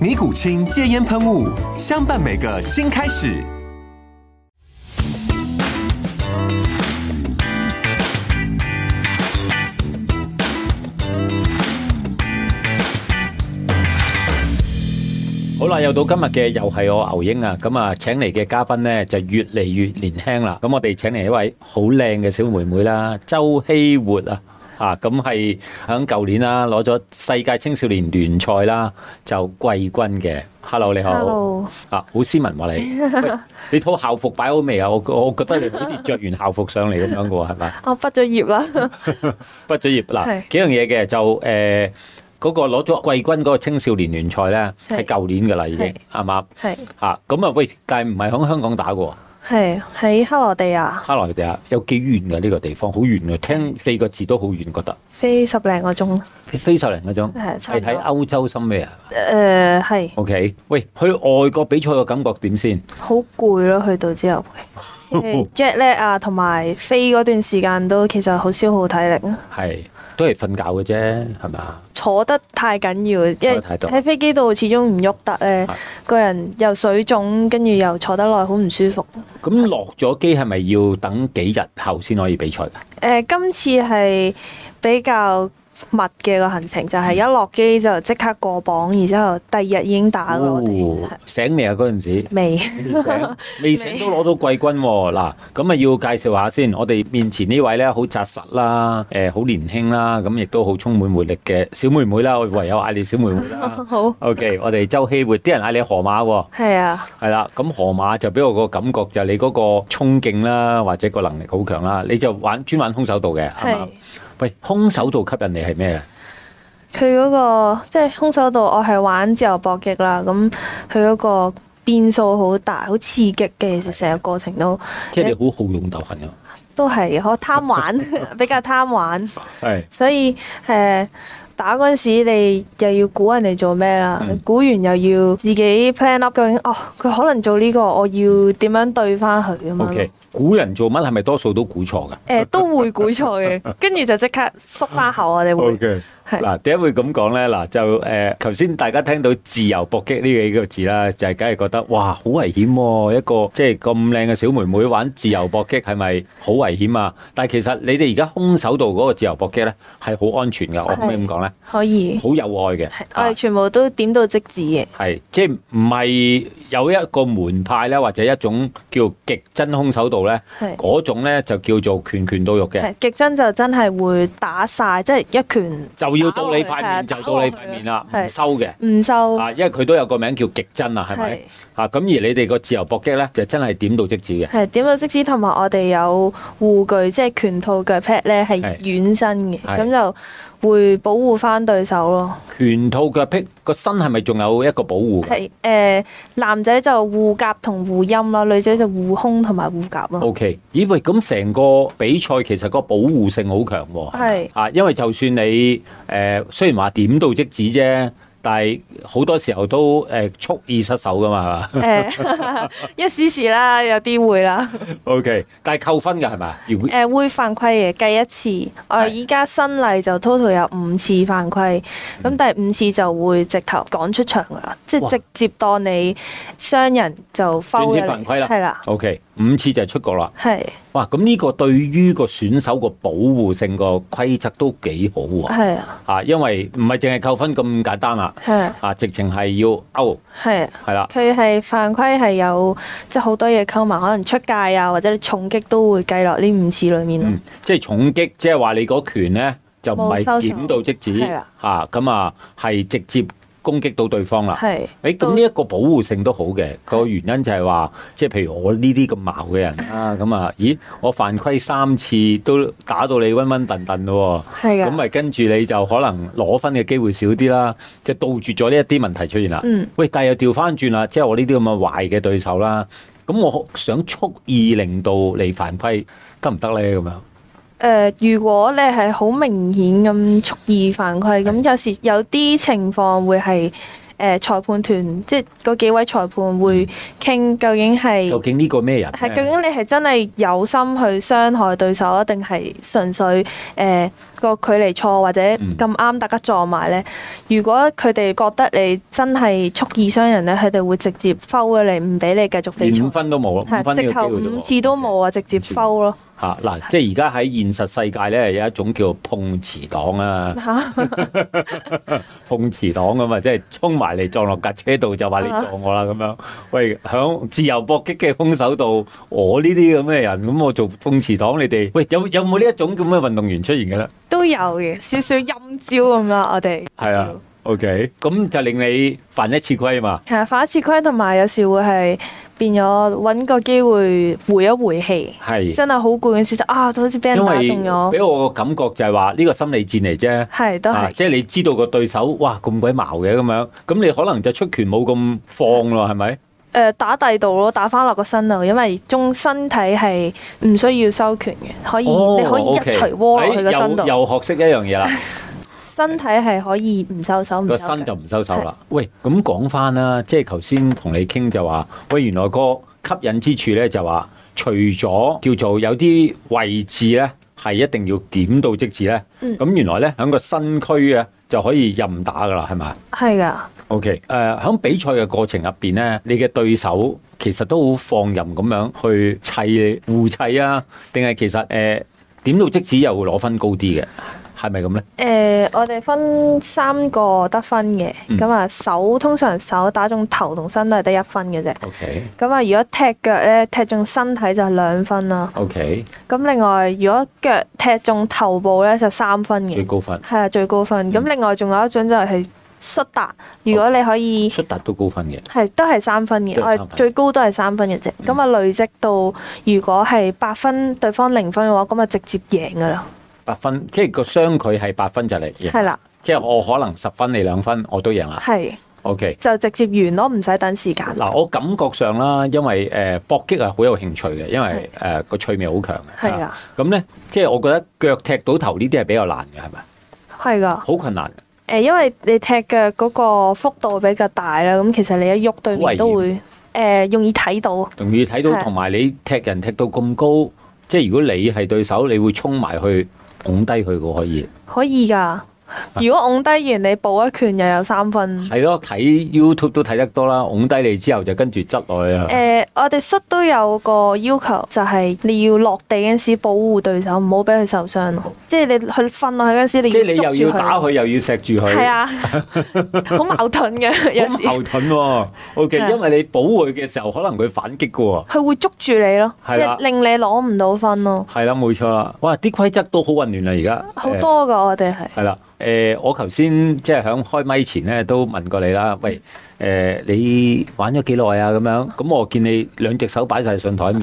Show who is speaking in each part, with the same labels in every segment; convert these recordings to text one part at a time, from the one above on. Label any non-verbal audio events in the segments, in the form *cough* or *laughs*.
Speaker 1: 尼古清戒烟喷雾，相伴每个新开始。
Speaker 2: 好啦，又到今日嘅又係我牛英啊，咁啊請嚟嘅嘉賓咧就越嚟越年輕啦。咁我哋請嚟一位好靚嘅小妹妹啦，周希活啊。啊，咁係響舊年啦，攞咗世界青少年聯賽啦，就季軍嘅。Hello，你好。
Speaker 3: Hello，
Speaker 2: 啊，好斯文
Speaker 3: *laughs*
Speaker 2: 喎你。喂你套校服擺好未啊？我我覺得你好似着完校服上嚟咁樣嘅喎，係
Speaker 3: *laughs*
Speaker 2: 咪？
Speaker 3: 我哦畢咗業啦，
Speaker 2: 畢咗業嗱
Speaker 3: 係，
Speaker 2: 幾樣嘢嘅就誒嗰、個攞咗季軍嗰個青少年聯賽咧，係
Speaker 3: 係
Speaker 2: 舊年㗎啦已經
Speaker 3: 係
Speaker 2: 啱唔啱？
Speaker 3: 係
Speaker 2: 嚇咁啊喂，但係唔係喺香港打嘅喎，
Speaker 3: 係喺克羅地亞，
Speaker 2: 哈羅地亞有幾遠㗎呢個地方，好遠嘅，
Speaker 3: 嗯
Speaker 2: 聽四個字都好遠，覺得
Speaker 3: 飛十零個鐘，
Speaker 2: 非洲人嗰種
Speaker 3: 係差
Speaker 2: 係
Speaker 3: 唔多
Speaker 2: 喺歐洲心咩啊
Speaker 3: 誒呃係
Speaker 2: ？OK，喂，去外國比賽嘅感覺點先？
Speaker 3: 好攰咯，去到
Speaker 2: *laughs*
Speaker 3: 之後因為，jet lag 啊，同埋飛嗰段時間都其實好消耗體力啊，
Speaker 2: 係都係瞓覺嘅啫，係咪啊？
Speaker 3: 坐得太緊要，因為
Speaker 2: 坐得太多
Speaker 3: 喺飛機度始終唔喐得咧
Speaker 2: 係，
Speaker 3: 個人又水腫，跟住又坐得耐，好唔舒服。
Speaker 2: 咁落咗機係咪要等幾日後先可以比賽㗎？
Speaker 3: 誒、呃今次係比較密嘅個行程，就
Speaker 2: 嗯
Speaker 3: 係、一落機就即刻過磅，然之後第二日已經打咯。我哋
Speaker 2: 哦
Speaker 3: 係
Speaker 2: 醒 *laughs* 未啊？嗰陣時？
Speaker 3: 未。。
Speaker 2: 醒未醒都攞到季軍喎、嗱，咁啊要介紹下先，我哋面前呢位咧好扎實啦，誒、好年輕啦，咁亦都好充滿活力嘅小妹妹啦，我唯有嗌你小妹妹啦 *laughs*
Speaker 3: 好，
Speaker 2: O.K. 我哋周希活，啲人嗌你河馬喎、
Speaker 3: 係啊，
Speaker 2: 係啦，咁河馬就俾我個感覺就係你嗰個衝勁啦，或者個能力好強啦，你就玩專玩空手道嘅，係嘛
Speaker 3: 係？
Speaker 2: 喂，空手道吸引你係咩咧？
Speaker 3: 佢嗰個即係空手道，我係玩自由搏擊啦。咁佢嗰個變數好大，好刺激嘅，其實成個過程都
Speaker 2: 即係你好好勇鬥狠㗎。
Speaker 3: 都係我
Speaker 2: *laughs*
Speaker 3: 貪玩，比較貪玩，
Speaker 2: 係
Speaker 3: 所以誒、呃打嗰陣時，你又要估人哋做咩啦
Speaker 2: 嗯，
Speaker 3: 估、完又要自己 plan up 究竟哦，佢可能做呢、個，我要點樣對翻佢咁樣咯。
Speaker 2: O.K. 古人做乜係咪多數都估錯㗎？
Speaker 3: 誒、都會估錯
Speaker 2: *laughs*
Speaker 3: 嘅，跟住就即刻縮翻口，我哋會
Speaker 2: K，
Speaker 3: 係
Speaker 2: 嗱，點解會咁講咧？嗱，就誒，頭、先大家聽到自由搏擊呢幾個字啦，就係梗係覺得哇，好危險喎、一個即係咁靚嘅小妹妹玩自由搏擊係咪好危險啊？但係其實你哋而家空手道嗰個自由搏擊咧係好安全㗎，我可唔可以咁講咧？
Speaker 3: 可以，
Speaker 2: 好有愛嘅
Speaker 3: 係，我
Speaker 2: 啊
Speaker 3: 哋全部都點到即止嘅。
Speaker 2: 係即係唔係有一個門派咧，或者一種叫極真空手道咧，
Speaker 3: 係
Speaker 2: 嗰種咧就叫做拳拳到肉嘅。
Speaker 3: 係極真就真係會打晒，即係一拳
Speaker 2: 就要到你塊
Speaker 3: 打落
Speaker 2: 面，
Speaker 3: 去啊
Speaker 2: 就到你塊面啦，
Speaker 3: 係
Speaker 2: 唔收嘅。
Speaker 3: 唔收，
Speaker 2: 啊，因為佢都有個名叫極真啊，係咪
Speaker 3: 係？
Speaker 2: 啊，咁而你哋個自由搏擊咧，就真係點到即止嘅。
Speaker 3: 係點到即止，同埋我哋有護具，即係拳套腳 pad 咧係
Speaker 2: 係
Speaker 3: 軟身嘅，
Speaker 2: 係
Speaker 3: 咁就會保護翻對手咯。
Speaker 2: 拳套腳劈個身係咪仲有一個保護嘅
Speaker 3: 係誒、男仔就護甲同護陰啦，女仔就護胸同埋護甲咯。
Speaker 2: ？O K，咦喂，咁成個比賽其實個保護性好強喎。
Speaker 3: 係
Speaker 2: 啊，因為就算你誒、呃、雖然話點到即止啫，但係好多時候都誒、呃蓄意失手噶嘛，係嘛 *laughs*
Speaker 3: 誒、 *laughs* 一時時啦，有啲會啦。
Speaker 2: ？O K，但係扣分㗎係咪？如果
Speaker 3: 誒、呃會犯規嘅，計一次。我
Speaker 2: 係
Speaker 3: 哋依家新例就 total 有五次犯規，咁第五次就會直頭趕出場噶啦，即
Speaker 2: 嗯哇
Speaker 3: 係直接當你傷人就 f
Speaker 2: 斷
Speaker 3: o
Speaker 2: 之犯規啦
Speaker 3: 係啦，
Speaker 2: O K，五次就係出局啦。
Speaker 3: 係
Speaker 2: 哇！咁呢個對於個選手個保護性個規則都幾好喎、
Speaker 3: 係啊，
Speaker 2: 啊，因為唔係淨係扣分咁簡單啦，啦，
Speaker 3: 係
Speaker 2: 啊，直情係要 out
Speaker 3: 係啊。
Speaker 2: 係啦，
Speaker 3: 佢係犯規係有即係好多嘢溝埋，可能出界啊，或者你重擊都會計落呢五次裡面咯
Speaker 2: 嗯。，即係重擊，即係話你嗰拳咧就唔係
Speaker 3: 冇收手
Speaker 2: 點到即止
Speaker 3: 係啦
Speaker 2: 嚇，咁啊係直接攻擊到對方啦。
Speaker 3: 係
Speaker 2: 誒咁呢一個保護性都好嘅，個原因就係話，即係譬如我呢啲咁矛嘅人啊，咁啊，咦，我犯規三次都打到你暈暈頓頓咯
Speaker 3: 係
Speaker 2: 喎，咁啊
Speaker 3: 㗎，
Speaker 2: 咪跟住你就可能攞分嘅機會少啲啦，即係杜絕咗呢一啲問題出現啦。
Speaker 3: 嗯
Speaker 2: 喂，但係又調翻轉啦，即係我呢啲咁嘅壞嘅對手啦，咁我想蓄意令到你犯規得唔得咧？咁樣
Speaker 3: 誒、呃如果你係好明顯咁蓄意犯規，咁有時有啲情況會係誒、裁判團，即係嗰幾位裁判會傾嗯究竟係
Speaker 2: 究竟呢個咩人呢？
Speaker 3: 係究竟你係真係有心去傷害對手啊，定係純粹誒、呃、個距離錯或者
Speaker 2: 嗯
Speaker 3: 咁啱大家撞埋呢？如果佢哋覺得你真係蓄意傷人呢，佢哋會直接 foul 啊你，唔俾你繼續比
Speaker 2: 連
Speaker 3: 賽
Speaker 2: 五，分都冇啦，五分呢
Speaker 3: 係直
Speaker 2: 個
Speaker 3: 頭
Speaker 2: 機會都
Speaker 3: 五次都冇啊，直接 foul 咯
Speaker 2: 嚇嗱，即係而家喺現實世界咧，有一種叫碰瓷黨
Speaker 3: *laughs*
Speaker 2: 啊，
Speaker 3: 嚇，
Speaker 2: 碰瓷黨咁啊，即係衝埋嚟撞落架車度就話
Speaker 3: 啊
Speaker 2: 你撞我啦咁樣。喂，響自由搏擊嘅空手道，我呢啲咁嘅人，咁我做碰瓷黨，你哋喂有有冇呢一種咁嘅運動員出現嘅咧？
Speaker 3: 都有嘅，少少陰招咁啦，我哋
Speaker 2: 係啊，OK，咁就令你犯一次規嘛。
Speaker 3: 係啊，犯一次規同埋有時會係變咗揾個機會回一回氣，
Speaker 2: 係，
Speaker 3: 真係好攰嗰時就啊，都好似
Speaker 2: 嗯
Speaker 3: 俾
Speaker 2: 因
Speaker 3: 人打
Speaker 2: 為
Speaker 3: 中咗，
Speaker 2: 俾我個感覺就係話呢個心理戰嚟啫。
Speaker 3: 係都
Speaker 2: 啊
Speaker 3: 係。
Speaker 2: 即係你知道個對手，哇咁鬼矛嘅咁樣，咁你可能就出拳冇咁放咯，係咪？
Speaker 3: 誒、打第度咯，打翻落個身度，因為中身體係唔需要收拳嘅，可以、
Speaker 2: 哦
Speaker 3: 你可以一
Speaker 2: OK
Speaker 3: 捶窩落去個
Speaker 2: 哎
Speaker 3: 身度，
Speaker 2: 又又學識一樣嘢啦，
Speaker 3: 身體係可以唔收手唔
Speaker 2: 個
Speaker 3: 收
Speaker 2: 身就
Speaker 3: 腳。
Speaker 2: 唔收手啦。喂，咁講翻啦，即係頭先同你傾就話，喂，原來個吸引之處咧就話，除咗叫做有啲位置咧係一定要點到即止咧，
Speaker 3: 嗯
Speaker 2: 咁原來咧喺個身區啊就可以任打噶啦，係咪
Speaker 3: 係噶，
Speaker 2: ？OK，誒、喺比賽嘅過程入邊咧，你嘅對手其實都好放任咁樣去砌你互砌啊，定係其實誒、呃、點到即止又會攞分高啲嘅，係咪咁咧？
Speaker 3: 誒、我哋分三個得分嘅，
Speaker 2: 嗯
Speaker 3: 咁啊、手通常手打中頭同身都係得一分嘅啫。
Speaker 2: O K
Speaker 3: 咁啊，如果踢腳咧，踢中身體就係兩分啦。
Speaker 2: O K，
Speaker 3: 咁另外，如果腳踢中頭部咧，就三分
Speaker 2: 最
Speaker 3: 嘅，
Speaker 2: 高分，
Speaker 3: 係啊，最高分。咁、
Speaker 2: 嗯
Speaker 3: 另外仲有一種就係摔達，如果你可以。
Speaker 2: 出達都高分嘅。
Speaker 3: 係都係三分嘅，
Speaker 2: 都係
Speaker 3: 我
Speaker 2: 三分
Speaker 3: 哋最高都係三分嘅啫。
Speaker 2: 嗯
Speaker 3: 咁啊、累積到如果係八分，對方零分嘅話，咁啊直接贏噶啦，
Speaker 2: 八分，即係個相距係八分就嚟贏，啊
Speaker 3: 係啦，
Speaker 2: 即係我可能十分你兩分，我都贏啦。
Speaker 3: 係
Speaker 2: OK，
Speaker 3: 就直接完咯，唔使等時間。
Speaker 2: 嗱我感覺上啦，因為誒、呃搏擊係好有興趣嘅，因為誒個、趣味好強嘅。
Speaker 3: 係啊，
Speaker 2: 咁咧即係我覺得腳踢到頭呢啲係比較難嘅，係咪？
Speaker 3: 係噶。
Speaker 2: 好困難，
Speaker 3: 誒，因為你踢腳嗰個幅度比較大啦，咁其實你一喐對面都會誒、容易睇到。
Speaker 2: 仲要睇到
Speaker 3: 係
Speaker 2: 同埋你踢人踢到咁高，即係如果你係對手，你會衝埋去拱低佢嘅可以。
Speaker 3: 可以㗎。
Speaker 2: 啊
Speaker 3: 如果拱低完你補一拳又有三分。
Speaker 2: 係啊咯，睇 YouTube 都睇得多啦，拱低你之後就跟住執落去啊
Speaker 3: 誒、。我哋摔都有個要求，就係、你要落地嗰陣時保護對手，唔好俾佢受傷咯。即係你去瞓落去嗰陣時，你
Speaker 2: 即係你又要
Speaker 3: 捉住
Speaker 2: 打佢，又要錫住佢。
Speaker 3: 係
Speaker 2: *laughs*
Speaker 3: 啊，好矛盾嘅有
Speaker 2: 好
Speaker 3: 時，
Speaker 2: 矛盾喎、O K，
Speaker 3: 係
Speaker 2: 因為你保護佢嘅時候，可能佢反擊嘅喎。
Speaker 3: 佢會捉住你咯，即
Speaker 2: 係啊啦
Speaker 3: 係令你攞唔到分咯，
Speaker 2: 係啦，冇錯啦。哇，啲規則都好混亂啦，而家
Speaker 3: 好。多噶我哋係
Speaker 2: 誒係啦，誒、我頭先即係響開咪前咧都問過你啦，喂，誒、你玩咗幾耐啊？咁樣，咁我見你兩隻手擺晒上台
Speaker 3: *laughs*
Speaker 2: 面，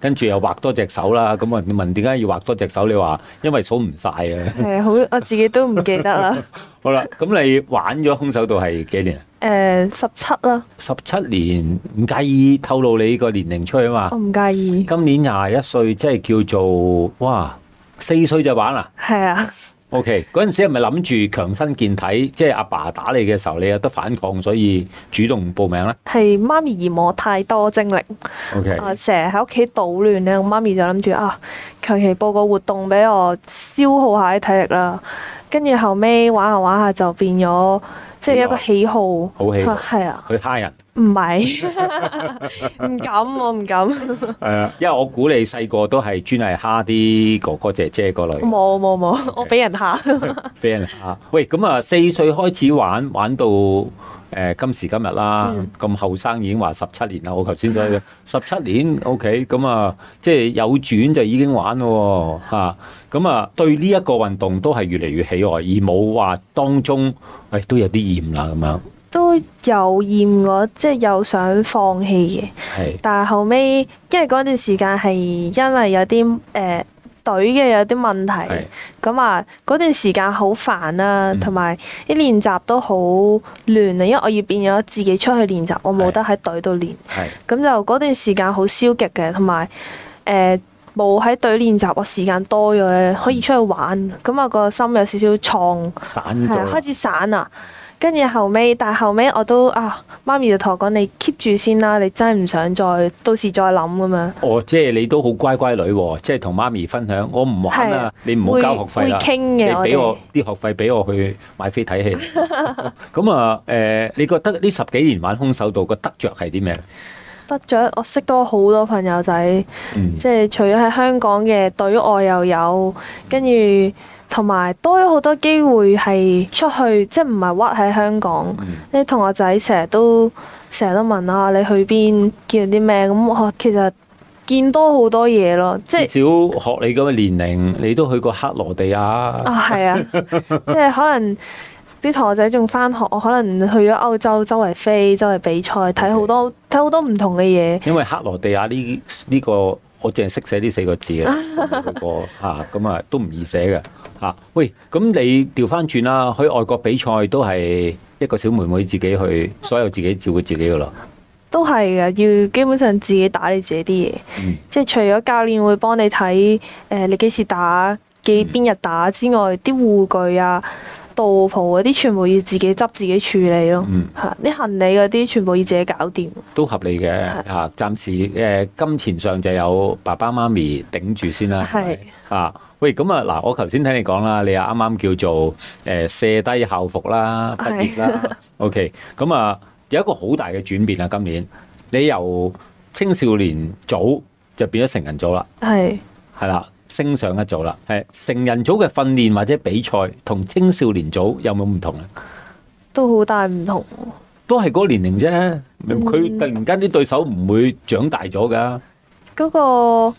Speaker 2: 跟住又畫多隻手啦。咁我問點解要畫多隻手？你話因為數唔晒
Speaker 3: *laughs*
Speaker 2: 啊。
Speaker 3: 係好，我自己都唔記得
Speaker 2: *laughs*
Speaker 3: 啦。
Speaker 2: 好啦，咁你玩咗空手道係幾年啊？
Speaker 3: 誒十七啦，
Speaker 2: 十七年，唔介意透露你個年齡出去啊嘛
Speaker 3: 我？唔介意，
Speaker 2: 今年廿一歲，即係叫做哇四歲就玩啦。
Speaker 3: 係啊，
Speaker 2: OK，嗰陣時係咪諗住強身健體？即係阿爸打你嘅時候，你有得反抗，所以主動報名咧。
Speaker 3: 係媽咪嫌我太多精力，
Speaker 2: OK，
Speaker 3: 我啊成日喺屋企搗亂咧，我媽咪就諗住啊，求其報個活動俾我消耗下啲體力啦。跟住後尾玩下玩下就變咗即係一個喜好，
Speaker 2: 好喜好
Speaker 3: 係啊，
Speaker 2: 去蝦人。
Speaker 3: 唔 *laughs* 係，唔敢，我唔敢，
Speaker 2: 係啊，因為我估你細個都係專係蝦啲哥哥姐姐嗰類，
Speaker 3: 冇冇冇，我俾人嚇。
Speaker 2: 俾人蝦。喂，咁啊，四歲開始玩，玩到誒、呃今時今日啦
Speaker 3: 嗯，
Speaker 2: 咁後生已經話十七年啦。我頭先所講十七年，OK，咁啊，即係有轉就已經玩咯喎嚇。咁啊，對呢一個運動都係越嚟越喜愛，而冇話當中誒、哎都有啲厭啦咁樣。
Speaker 3: 都有厭過，即係有想放棄嘅。
Speaker 2: 係
Speaker 3: 但係後尾，因為嗰段時間係因為有啲誒、呃、隊嘅有啲問
Speaker 2: 係
Speaker 3: 題，咁啊嗰段時間好煩啦、
Speaker 2: 嗯
Speaker 3: 同埋啲練習都好亂啊，因為我要變咗自己出去練習，我冇得喺隊度練，
Speaker 2: 係
Speaker 3: 咁就嗰段時間好消極嘅，同埋誒冇喺隊練習，我時間多咗咧，可以出去玩，咁啊個心有少少創。
Speaker 2: 散
Speaker 3: 係啊，
Speaker 2: 咗
Speaker 3: 開。始散啦。跟住後尾，但係後尾我都啊，媽咪就同我講：你 keep 住先啦，你真係唔想再到時再諗咁樣。
Speaker 2: 哦，即係你都好乖乖女喎，即係同媽咪分享，我唔玩啦，你唔好
Speaker 3: 會
Speaker 2: 交學費啦
Speaker 3: 會，傾
Speaker 2: 你
Speaker 3: 嘅，
Speaker 2: 俾
Speaker 3: 我
Speaker 2: 我啲學費俾我去買飛睇戲。
Speaker 3: *laughs*
Speaker 2: 咁啊，誒、你覺得呢十幾年玩空手道個得着係啲咩？
Speaker 3: 哋得咗，我識多好多朋友仔，
Speaker 2: 嗯，
Speaker 3: 即係除咗喺香港嘅隊外又有，跟住同埋多咗好多機會係出去，即係唔係屈喺香港。
Speaker 2: 嗯
Speaker 3: 啲同學仔成日都成日都問啊，你去邊見到啲咩？咁我其實見多好多嘢咯，即
Speaker 2: 至
Speaker 3: 係
Speaker 2: 少。學你咁嘅年齡，你都去過克羅地亞。
Speaker 3: 啊，係啊，即係可能啲同學仔仲翻學，我可能去咗歐洲周圍飛、周圍比賽，
Speaker 2: 嗯
Speaker 3: 睇好多睇好多唔同嘅嘢。
Speaker 2: 因為克羅地亞呢呢、個我淨係識寫呢四個字嘅，嗰個 *laughs* 嚇咁啊都唔易寫嘅嚇、啊喂，咁你調翻轉啦，去外國比賽都係一個小妹妹自己去，所有自己照顧自己噶啦。
Speaker 3: 都係嘅，要基本上自己打理自己啲嘢，
Speaker 2: 嗯
Speaker 3: 即係除咗教練會幫你睇誒、呃你幾時打、幾
Speaker 2: 嗯
Speaker 3: 邊日打之外，啲護具啊、道袍嗰啲全部要自己執、自己處理咯。
Speaker 2: 嗯，
Speaker 3: 嚇，啲行李嗰啲全部要自己搞掂。
Speaker 2: 都合理嘅嚇。
Speaker 3: 係
Speaker 2: 啊暫時誒、金錢上就有爸爸媽咪頂住先啦。係咪
Speaker 3: 係
Speaker 2: 啊，喂，咁啊嗱，我頭先聽你講啦，你又啱啱叫做誒、呃卸低校服啦，畢業啦，OK，咁啊有一個好大嘅轉變啦，今年你由青少年組就變咗成人組啦，
Speaker 3: 係
Speaker 2: 係啦，升上一組啦，係成人組嘅訓練或者比賽同青少年組有冇唔同咧？啊
Speaker 3: 都好大唔同。
Speaker 2: 都係嗰個年齡啫，佢突然間啲對手唔會長大咗㗎。
Speaker 3: 嗰、個，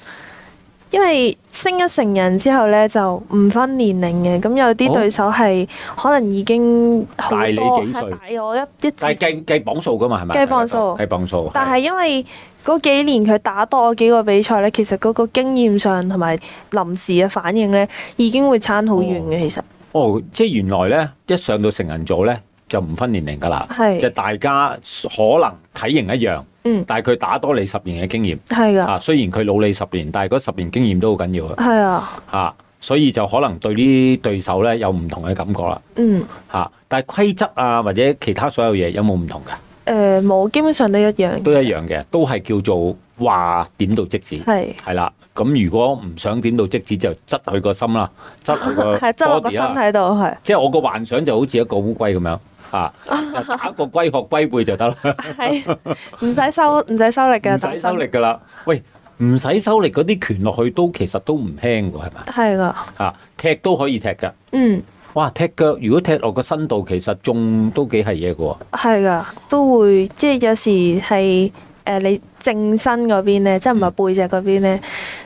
Speaker 3: 因為升咗成人之後咧，就唔分年齡嘅，咁有
Speaker 2: 哦
Speaker 3: 啲對手係可能已經好多
Speaker 2: 大你幾歲
Speaker 3: 係大我一一截
Speaker 2: 但係計計磅數㗎嘛，係咪？
Speaker 3: 計磅數
Speaker 2: 計磅數。
Speaker 3: 但係因為嗰幾年佢打多我幾個比賽咧，其實嗰個經驗上同埋臨時嘅反應咧，已經會差好遠嘅。其實
Speaker 2: 哦，即係原來咧，一上到成人組咧，就唔分年齡㗎啦，就
Speaker 3: 係
Speaker 2: 大家可能體型一樣，
Speaker 3: 嗯
Speaker 2: 但係佢打多你十年嘅經驗
Speaker 3: 係㗎，
Speaker 2: 啊。雖然佢老你十年，但係嗰十年經驗都好緊要啊。
Speaker 3: 係啊，
Speaker 2: 啊，所以就可能對呢啲對手咧有唔同嘅感覺啦。
Speaker 3: 嗯，
Speaker 2: 嚇、但係規則啊或者其他所有嘢有冇唔同㗎？
Speaker 3: 誒、冇，基本上都一樣，
Speaker 2: 都一樣嘅，都係叫做話點到即止。
Speaker 3: 係
Speaker 2: 係啦，咁如果唔想點到即止，就執佢個心
Speaker 3: *laughs*
Speaker 2: 啦，執佢個
Speaker 3: 係真係我個
Speaker 2: 呃 body 啊
Speaker 3: 身
Speaker 2: 啦。
Speaker 3: 喺度係。
Speaker 2: 即係我個幻想就好似一個烏龜咁
Speaker 3: *laughs*
Speaker 2: 樣啊，就打個龜殼龜背就得啦， *laughs*
Speaker 3: 係唔使收唔使收力㗎，
Speaker 2: 唔
Speaker 3: 打
Speaker 2: 使收力㗎啦。喂，唔使收力嗰啲拳落去都其實都唔輕㗎，係咪
Speaker 3: 針係㗎，
Speaker 2: 啊？踢都可以踢㗎。
Speaker 3: 嗯。
Speaker 2: 哇！踢腳如果踢落個身度，其實仲都幾係嘢嘅喎。
Speaker 3: 係噶，都會即係有時係誒、呃你正身嗰邊咧，即係
Speaker 2: 嗯
Speaker 3: 唔係背脊嗰邊咧，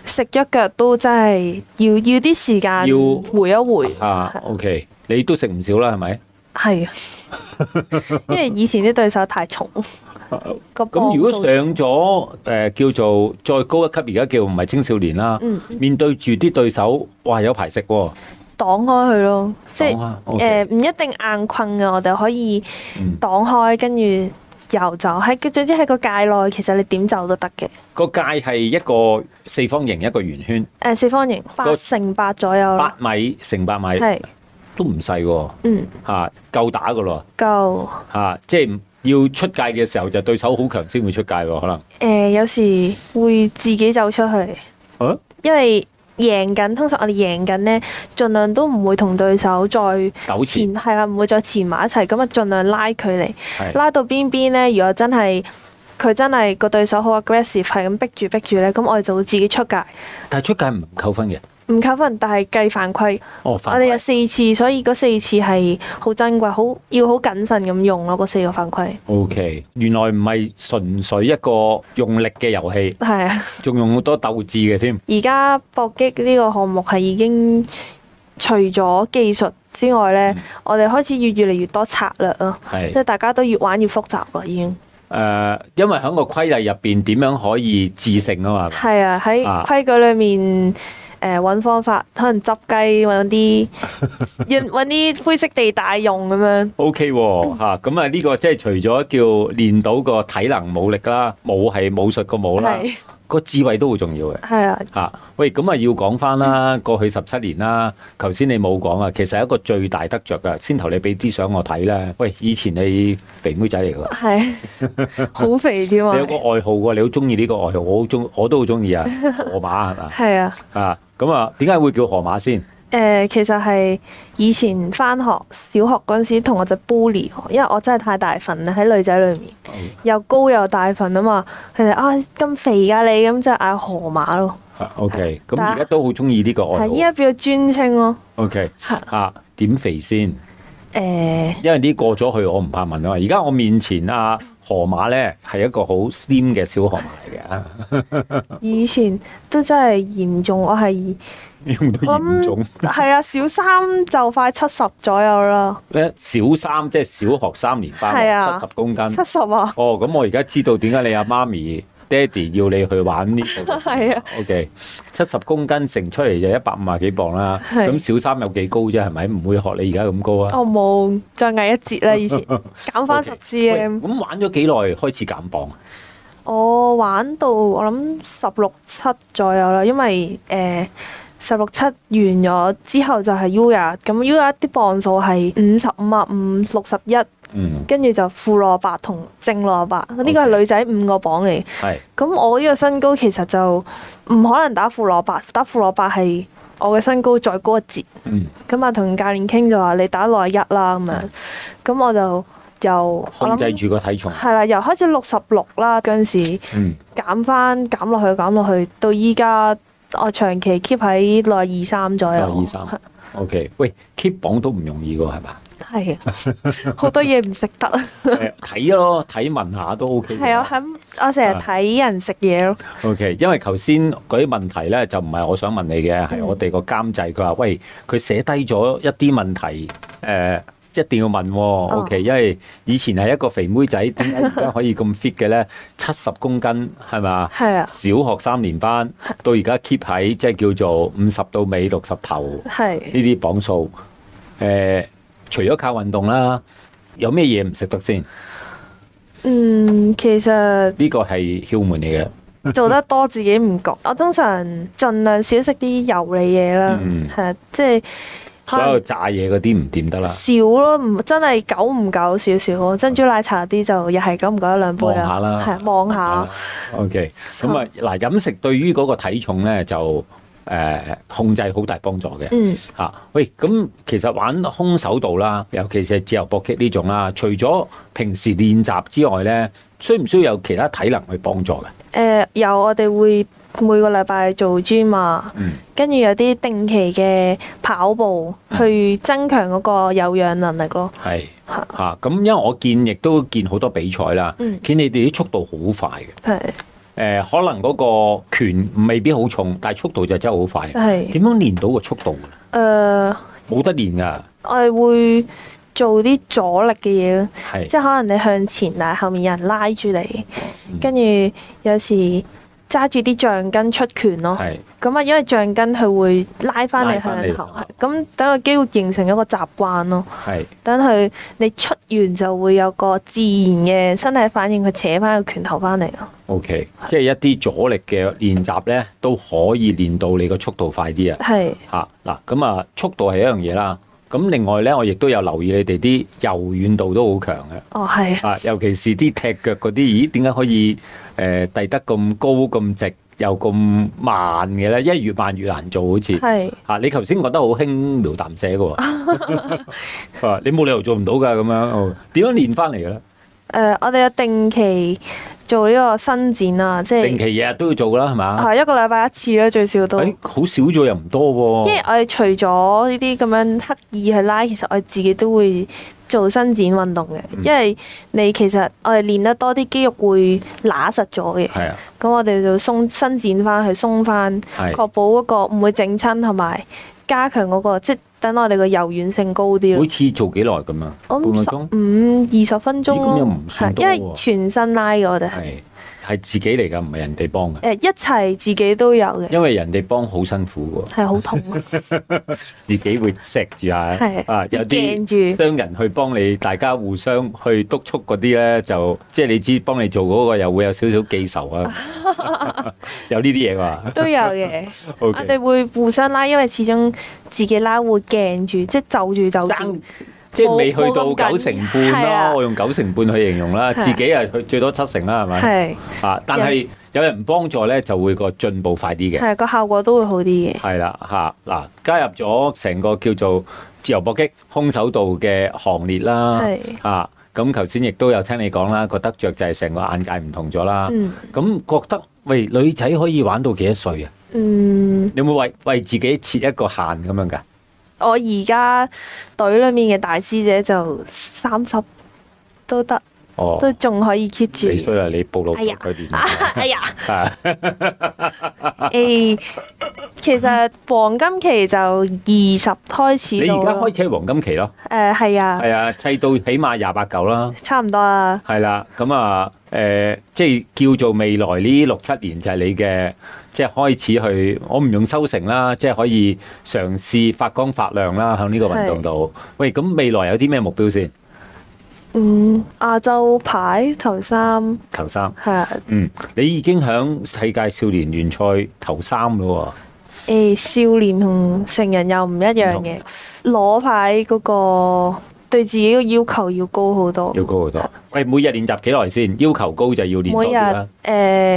Speaker 3: 食咗腳都真係要要啲時間
Speaker 2: 要
Speaker 3: 回一回，
Speaker 2: 啊，OK，你都食唔少啦，係咪？
Speaker 3: 係
Speaker 2: *laughs*
Speaker 3: 啊，因為以前啲對手太重，個磅
Speaker 2: 啊咁如果
Speaker 3: 數
Speaker 2: 上咗誒、呃叫做再高一級，而家叫唔係青少年啦，
Speaker 3: 嗯
Speaker 2: 面對住啲對手，哇有排食喎，
Speaker 3: 擋開佢咯，即係
Speaker 2: 哇
Speaker 3: 誒唔一定硬困嘅，我哋可以
Speaker 2: 嗯
Speaker 3: 擋開跟住游走，喺總之喺個界內，其實你點走都得嘅。
Speaker 2: 個界係一個四方形一個圓圈，
Speaker 3: 誒、四方形八
Speaker 2: 個
Speaker 3: 乘八左右
Speaker 2: 八
Speaker 3: 啦，
Speaker 2: 米乘八米
Speaker 3: 哦係
Speaker 2: 都唔細喎，
Speaker 3: 嗯
Speaker 2: 嚇、夠打噶咯
Speaker 3: 夠。
Speaker 2: 嚇，啊即係要出界嘅時候就對手好強先
Speaker 3: 呃
Speaker 2: 會出界喎，可能。
Speaker 3: 誒、有時會自己走出去，
Speaker 2: 啊
Speaker 3: 因為贏緊，通常我哋贏緊咧，盡量都唔會同對手再
Speaker 2: 糾
Speaker 3: 前
Speaker 2: 纏
Speaker 3: 係啦，唔會再纏埋一齊，咁啊盡量拉距離，
Speaker 2: 係
Speaker 3: 拉到邊邊咧，如果真係。佢真係個對手好 aggressive，係咁逼住逼住咧，咁我哋就會自己出界，
Speaker 2: 但係出界唔扣分嘅。
Speaker 3: 唔扣分，但係計犯規。
Speaker 2: 哦，
Speaker 3: 我
Speaker 2: 犯
Speaker 3: 哋有
Speaker 2: 規。
Speaker 3: 四次，所以嗰四次係好珍貴，好要好謹慎咁用咯。嗰四個
Speaker 2: *laughs*
Speaker 3: 犯規
Speaker 2: O、k 原來唔係純粹一個用力嘅遊戲，
Speaker 3: 係啊，
Speaker 2: 仲用好多鬥志嘅添。
Speaker 3: 而家搏擊呢個項目係已經除咗技術之外咧，
Speaker 2: 嗯
Speaker 3: 我哋開始要越嚟越多策略咯，
Speaker 2: 係
Speaker 3: 即係大家都越玩越複雜啦，已經
Speaker 2: 誒、因為喺個規例入邊點樣可以致勝啊嘛，
Speaker 3: 係啊，喺
Speaker 2: 啊
Speaker 3: 規矩裏面。誒揾、方法，可能執雞揾
Speaker 2: *laughs*
Speaker 3: 啲揾揾啲灰色地帶用咁樣，
Speaker 2: O K
Speaker 3: 嗯
Speaker 2: 喎嚇，咁啊呢個即係除咗叫練到個體能武力啦，武係武術個武啦，
Speaker 3: 係
Speaker 2: 個智慧都好重要嘅
Speaker 3: 係啊，
Speaker 2: 嚇、喂，咁啊要講翻啦，
Speaker 3: 嗯
Speaker 2: 過去十七年啦，頭先你冇講啊，其實係一個最大得着嘅。先頭你俾啲相我睇啦，喂，以前你肥妹仔嚟㗎喎，*laughs*
Speaker 3: 係好肥添啊
Speaker 2: 你有，個愛好喎，你好中意呢個愛好，我好中，我都好中
Speaker 3: *laughs*
Speaker 2: 意啊，河馬係嘛
Speaker 3: 係啊。
Speaker 2: 啊？咁啊，點解會叫河馬先？
Speaker 3: 誒、呃其實係以前翻學小學嗰陣時，同學就 bully 我，因為我真係太大份啦，喺女仔裏面
Speaker 2: 哦
Speaker 3: 又高又大份啊嘛，佢哋啊咁肥㗎你，咁就嗌河馬咯，
Speaker 2: O K，咁
Speaker 3: 但
Speaker 2: 而家都好中意呢個愛
Speaker 3: 啊係依家
Speaker 2: 好。
Speaker 3: 變咗尊稱咯，
Speaker 2: O K，
Speaker 3: 係
Speaker 2: 啊，點肥先？
Speaker 3: 誒、呃
Speaker 2: 因為呢過咗去，我唔怕問啊嘛。而家我面前啊河馬咧係一個好 slim 嘅小河馬嚟嘅
Speaker 3: *laughs*
Speaker 2: 啊，
Speaker 3: 以前都真係嚴重，我係
Speaker 2: 用到
Speaker 3: 我
Speaker 2: 嚴重
Speaker 3: 諗係啊，小三就快七十左右啦，
Speaker 2: 咧，呃小三即係小學三年
Speaker 3: 係啊
Speaker 2: 班，七十公斤
Speaker 3: 七。十啊，
Speaker 2: 哦，咁我而家知道點解你阿媽咪、爹哋要你去玩呢個。
Speaker 3: *laughs* 係啊。
Speaker 2: O K，七十公斤乘出嚟就一百五十幾磅啦。
Speaker 3: 係
Speaker 2: 咁小三有幾高啫？係咪唔會學你而家咁高啊？
Speaker 3: 我冇再矮一截啦，
Speaker 2: *laughs*
Speaker 3: 以前減翻十啊
Speaker 2: OK 喂
Speaker 3: cm，
Speaker 2: 咁玩咗幾耐開始減磅啊？
Speaker 3: 我玩到我諗十六七左右啦，因為誒十六七完咗之後就係 U 廿，咁 U 廿啲磅數係五十五啊五六十一，
Speaker 2: 嗯，
Speaker 3: 跟住就負蘿蔔同正蘿蔔，呢個
Speaker 2: OK
Speaker 3: 係女仔五個磅嚟。
Speaker 2: 係。
Speaker 3: 咁我呢個身高其實就唔可能打負蘿蔔，打負蘿蔔係我嘅身高再高一截。
Speaker 2: 嗯，
Speaker 3: 咁啊，同教練傾就話你打內一啦咁樣，咁我就由我
Speaker 2: 控制
Speaker 3: 諗
Speaker 2: 住個體重。
Speaker 3: 係啦，由開始六十六啦嗰陣時。
Speaker 2: 嗯。
Speaker 3: 減翻減落去減落去，到依家我長期 keep 喺內二三左右。
Speaker 2: 內二三 OK，喂，keep 榜都唔容易喎，係
Speaker 3: *laughs*
Speaker 2: 嘛？
Speaker 3: 係啊，好多嘢唔食
Speaker 2: *laughs*
Speaker 3: 得啊。
Speaker 2: 誒睇咯，睇問下都 OK 嘅。
Speaker 3: 係啊，咁我成日睇人食嘢咯。
Speaker 2: OK，因為頭先嗰啲問題咧，就唔係我想問你嘅，
Speaker 3: 嗯
Speaker 2: 係我哋個監製佢話，喂，佢寫低咗一啲問題，誒、一定要問喎、OK，因
Speaker 3: 哦
Speaker 2: 為以前係一個肥妹仔，點解而家可以咁 fit 嘅
Speaker 3: *laughs*
Speaker 2: 咧？七十公斤係嘛？
Speaker 3: 係啊，
Speaker 2: 小學三年班到而家 keep 喺即係叫做五十到尾六十頭。 *laughs*
Speaker 3: 係。
Speaker 2: 呢啲磅數，誒、除咗靠運動啦，有咩嘢唔食得先？
Speaker 3: 嗯，其實
Speaker 2: 呢個係竅門嚟嘅。
Speaker 3: 做得多自己唔覺。 *laughs* 我通常盡量少食啲油膩嘢啦
Speaker 2: 嗯，
Speaker 3: 係啊，即係可
Speaker 2: 所有
Speaker 3: 能
Speaker 2: 炸嘢嗰啲唔掂得啦，
Speaker 3: 少咯，唔真係久唔久少少。珍珠奶茶啲就又係久唔久一兩杯
Speaker 2: 望
Speaker 3: 啦。
Speaker 2: 下啦，
Speaker 3: 係啊望下。。
Speaker 2: OK，咁啊嗱，飲食對於嗰個體重咧就誒、控制好大幫助嘅。
Speaker 3: 嗯，
Speaker 2: 嚇、喂，咁其實玩空手道啦，尤其是係自由搏擊呢種啦，除咗平時練習之外咧，需唔需要有其他體能去幫助嘅？
Speaker 3: 誒呃有我哋會每個禮拜做 gym 啊。
Speaker 2: 嗯，
Speaker 3: 跟住有啲定期嘅跑步，去增強嗰個有氧能力咯。
Speaker 2: 係
Speaker 3: 嚇
Speaker 2: 嚇，咁、因為我見亦都見好多比賽啦，
Speaker 3: 嗯
Speaker 2: 見你哋啲速度好快嘅。誒、
Speaker 3: 係
Speaker 2: 呃可能嗰個拳未必好重，但係速度就真係好快。
Speaker 3: 係
Speaker 2: 點樣練到個速度呢？
Speaker 3: 誒，呃
Speaker 2: 冇得練㗎，
Speaker 3: 我哋會做啲阻力嘅嘢咯，
Speaker 2: 係
Speaker 3: 即係可能你向前，但係後面有人拉住你，
Speaker 2: 嗯
Speaker 3: 跟住有時揸住啲橡筋出拳咯。
Speaker 2: 係
Speaker 3: 咁啊，因為橡筋佢會拉翻
Speaker 2: 拉
Speaker 3: 你向
Speaker 2: 返你
Speaker 3: 後，係咁等個肌肉形成一個習慣咯。
Speaker 2: 係
Speaker 3: 等佢你出完就會有個自然嘅身體反應，佢扯翻個拳頭翻嚟啊咯。
Speaker 2: OK，即係一啲阻力嘅練習呢，都可以練到你個速度快啲啊！
Speaker 3: 係
Speaker 2: 嚇嗱，咁啊，速度係一樣嘢啦。咁另外呢，我亦都有留意你哋啲柔軟度都好強嘅
Speaker 3: 哦，係。
Speaker 2: 呃啊，尤其是啲踢腳嗰啲，咦？點解可以誒遞、得咁高咁直？又咁慢嘅咧？因為越慢越難做，好似。
Speaker 3: 係
Speaker 2: 啊！你頭先覺得好輕描淡寫嘅
Speaker 3: *laughs*
Speaker 2: 喎， *laughs* 佢話你冇理由做唔到㗎咁樣，哦點樣練翻嚟嘅咧？
Speaker 3: 誒，我哋有定期做呢個伸展啊，即
Speaker 2: 定
Speaker 3: 係
Speaker 2: 期日日都要做啦，係嘛？
Speaker 3: 係一個禮拜一次啦，最少都。
Speaker 2: 誒哦好少咗又唔多
Speaker 3: 因為
Speaker 2: 喎，
Speaker 3: 我哋除咗呢啲咁樣刻意去拉，其實我哋自己都會做伸展運動嘅，
Speaker 2: 嗯
Speaker 3: 因為你其實我哋練得多啲肌肉會揦實咗嘅，
Speaker 2: 係啊，
Speaker 3: 咁我哋就鬆伸展翻去鬆翻，
Speaker 2: 係
Speaker 3: 確保嗰個唔會整親，同埋加強嗰、個即係等我哋個柔軟性高啲
Speaker 2: 每
Speaker 3: 咯。
Speaker 2: 次做幾耐咁樣？
Speaker 3: 我
Speaker 2: 半個鐘
Speaker 3: 五二十分鐘
Speaker 2: 咦咁又
Speaker 3: 咯
Speaker 2: 唔，算多
Speaker 3: 因
Speaker 2: 喎
Speaker 3: 為全身拉嘅我哋係
Speaker 2: 係係自己嚟㗎，唔係人哋幫㗎，
Speaker 3: 誒一齊自己都有嘅，
Speaker 2: 因為人哋幫好辛苦喎，
Speaker 3: 係好痛，啊
Speaker 2: *laughs* 自己會錫住下
Speaker 3: 係
Speaker 2: 啊，有啲。
Speaker 3: 驚住
Speaker 2: 商人去幫你，大家互相去督促嗰啲咧，就即係你知幫你做嗰個又會有少少記仇
Speaker 3: *laughs*
Speaker 2: 啊， *laughs* 有呢啲嘢㗎。
Speaker 3: 都
Speaker 2: *laughs*
Speaker 3: 有嘅。
Speaker 2: O
Speaker 3: 我
Speaker 2: K，
Speaker 3: 哋會互相拉，因為始終自己拉會鏡住，即係就住就住
Speaker 2: 爭，即係
Speaker 3: 冇
Speaker 2: 未去到
Speaker 3: 冇咁緊
Speaker 2: 九成半
Speaker 3: 係
Speaker 2: 啦
Speaker 3: 啊，
Speaker 2: 我用九成半去形容啦，
Speaker 3: 係啊
Speaker 2: 自己啊去最多七成啦，係咪？
Speaker 3: 係
Speaker 2: 啊，但係有人幫助咧，就會個進步快啲嘅。
Speaker 3: 係個效果都會好啲嘅。
Speaker 2: 係啦，嚇嗱，加入咗成個叫做自由搏擊空手道嘅行列啦，
Speaker 3: 係
Speaker 2: 啊，咁頭先亦都有聽你講啦，個得着就係成個眼界唔同咗啦。
Speaker 3: 嗯
Speaker 2: 咁覺得喂女仔可以玩到幾多歲啊？
Speaker 3: 嗯，
Speaker 2: 你有冇為為自己設一個限咁樣㗎？
Speaker 3: 我而家隊裏面嘅大師姐就三十都得，都
Speaker 2: 哦，
Speaker 3: 仲可以 keep 住
Speaker 2: 你。衰啦，啊你暴露
Speaker 3: 哎呀
Speaker 2: 咗佢年齡。
Speaker 3: *laughs* 哎呀，
Speaker 2: 啊
Speaker 3: 誒，其實黃金期就二十開始
Speaker 2: 你
Speaker 3: 到
Speaker 2: 而家
Speaker 3: 咯。
Speaker 2: 開始係黃金期咯，
Speaker 3: 誒係啊，
Speaker 2: 係啊，砌到起碼廿八九啦，
Speaker 3: 差唔多啦。
Speaker 2: 係啦，咁啊，誒、即係叫做未來呢六七年就係你嘅，即係開始去，我唔用收成啦，即係可以嘗試發光發亮啦，喺呢個運動度。喂，咁未來有啲咩目標先？
Speaker 3: 嗯，亞洲牌頭三
Speaker 2: 頭三，
Speaker 3: 係啊
Speaker 2: 嗯，你已經喺世界少年聯賽頭三咯
Speaker 3: 誒、少年同成人又唔一樣
Speaker 2: 唔同
Speaker 3: 嘅，
Speaker 2: 嗯
Speaker 3: 攞牌嗰個對自己嘅要求要高好多
Speaker 2: 喎，。要高好多。喂，每日練習幾耐先？要求高就要練多
Speaker 3: 每
Speaker 2: 啲
Speaker 3: 日誒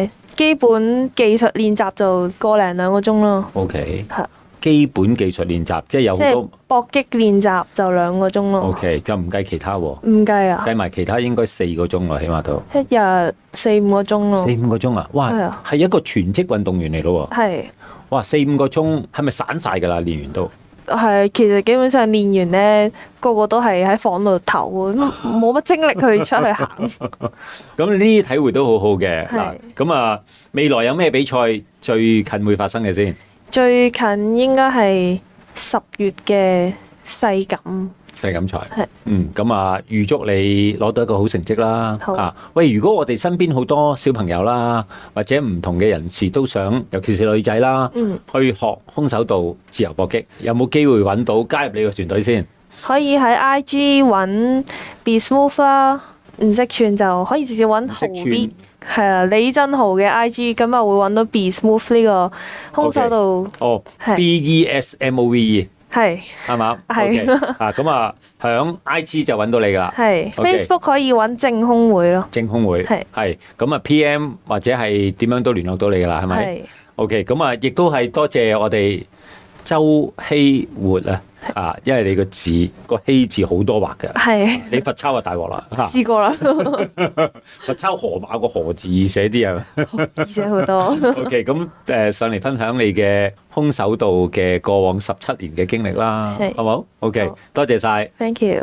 Speaker 2: 啦。、
Speaker 3: 基本技術練習就個零兩個鐘咯，
Speaker 2: O K，
Speaker 3: 係
Speaker 2: 基本技術練習，即係有
Speaker 3: 即
Speaker 2: 好
Speaker 3: 係
Speaker 2: 多。
Speaker 3: 搏擊練習就兩個鐘
Speaker 2: O
Speaker 3: 咯，
Speaker 2: K，就唔計其他喎。
Speaker 3: 唔計啊，
Speaker 2: 計埋其他應該四個鐘啦，起碼都
Speaker 3: 一日四五個鐘咯
Speaker 2: 四，五個鐘啊！哇
Speaker 3: 哦係啊，
Speaker 2: 係一個全職運動員嚟咯
Speaker 3: 係
Speaker 2: 喎！哇，四五個鐘係咪散晒㗎啦？練完都
Speaker 3: 係其實基本上練完咧，個個都係喺房度唞，咁冇乜精力去出
Speaker 2: *laughs*
Speaker 3: 去行。
Speaker 2: 咁呢啲體會都好好嘅
Speaker 3: 係
Speaker 2: 嗱。咁啊，未來有咩比賽最近會發生嘅先？
Speaker 3: 最近應該係十月嘅世錦。
Speaker 2: 世錦賽
Speaker 3: 係，
Speaker 2: 嗯，咁啊，預祝你攞到一個好成績啦！
Speaker 3: 好
Speaker 2: 啊，喂，如果我哋身邊好多小朋友啦，或者唔同嘅人士都想，尤其是女仔啦，
Speaker 3: 嗯，
Speaker 2: 去學空手道、自由搏擊，有冇機會揾到加入你個團隊先？
Speaker 3: 可以喺 IG 揾 Be Smooth 啦，唔識串就可以直接揾豪 B，係啊，李振豪嘅 IG，咁啊會揾到 Be Smooth 呢個空手道，
Speaker 2: 哦
Speaker 3: 係
Speaker 2: ，B E S M O V E
Speaker 3: 係
Speaker 2: 係嘛？
Speaker 3: 係
Speaker 2: OK，啊，咁啊，響 I G 就揾到你㗎啦，
Speaker 3: 係
Speaker 2: OK
Speaker 3: Facebook 可以揾正空會咯，
Speaker 2: 正空會
Speaker 3: 係
Speaker 2: 係咁啊，P M 或者係點樣都聯絡到你㗎啦，係咪
Speaker 3: 係
Speaker 2: ？OK，咁啊，亦都係多謝我哋周希活啊，啊，因為你個字個希字好多畫
Speaker 3: *laughs*
Speaker 2: 㗎，
Speaker 3: 係
Speaker 2: 你罰抄就大鑊啦嚇，
Speaker 3: 試過啦， *laughs*
Speaker 2: 罰抄河馬個河字易寫啲
Speaker 3: *laughs*
Speaker 2: 啊。
Speaker 3: 而且好多
Speaker 2: OK，咁誒上嚟分享你嘅空手道嘅過往十七年嘅經歷啦，
Speaker 3: 係
Speaker 2: 好冇？OK，
Speaker 3: 好
Speaker 2: 多謝晒。
Speaker 3: ，thank you。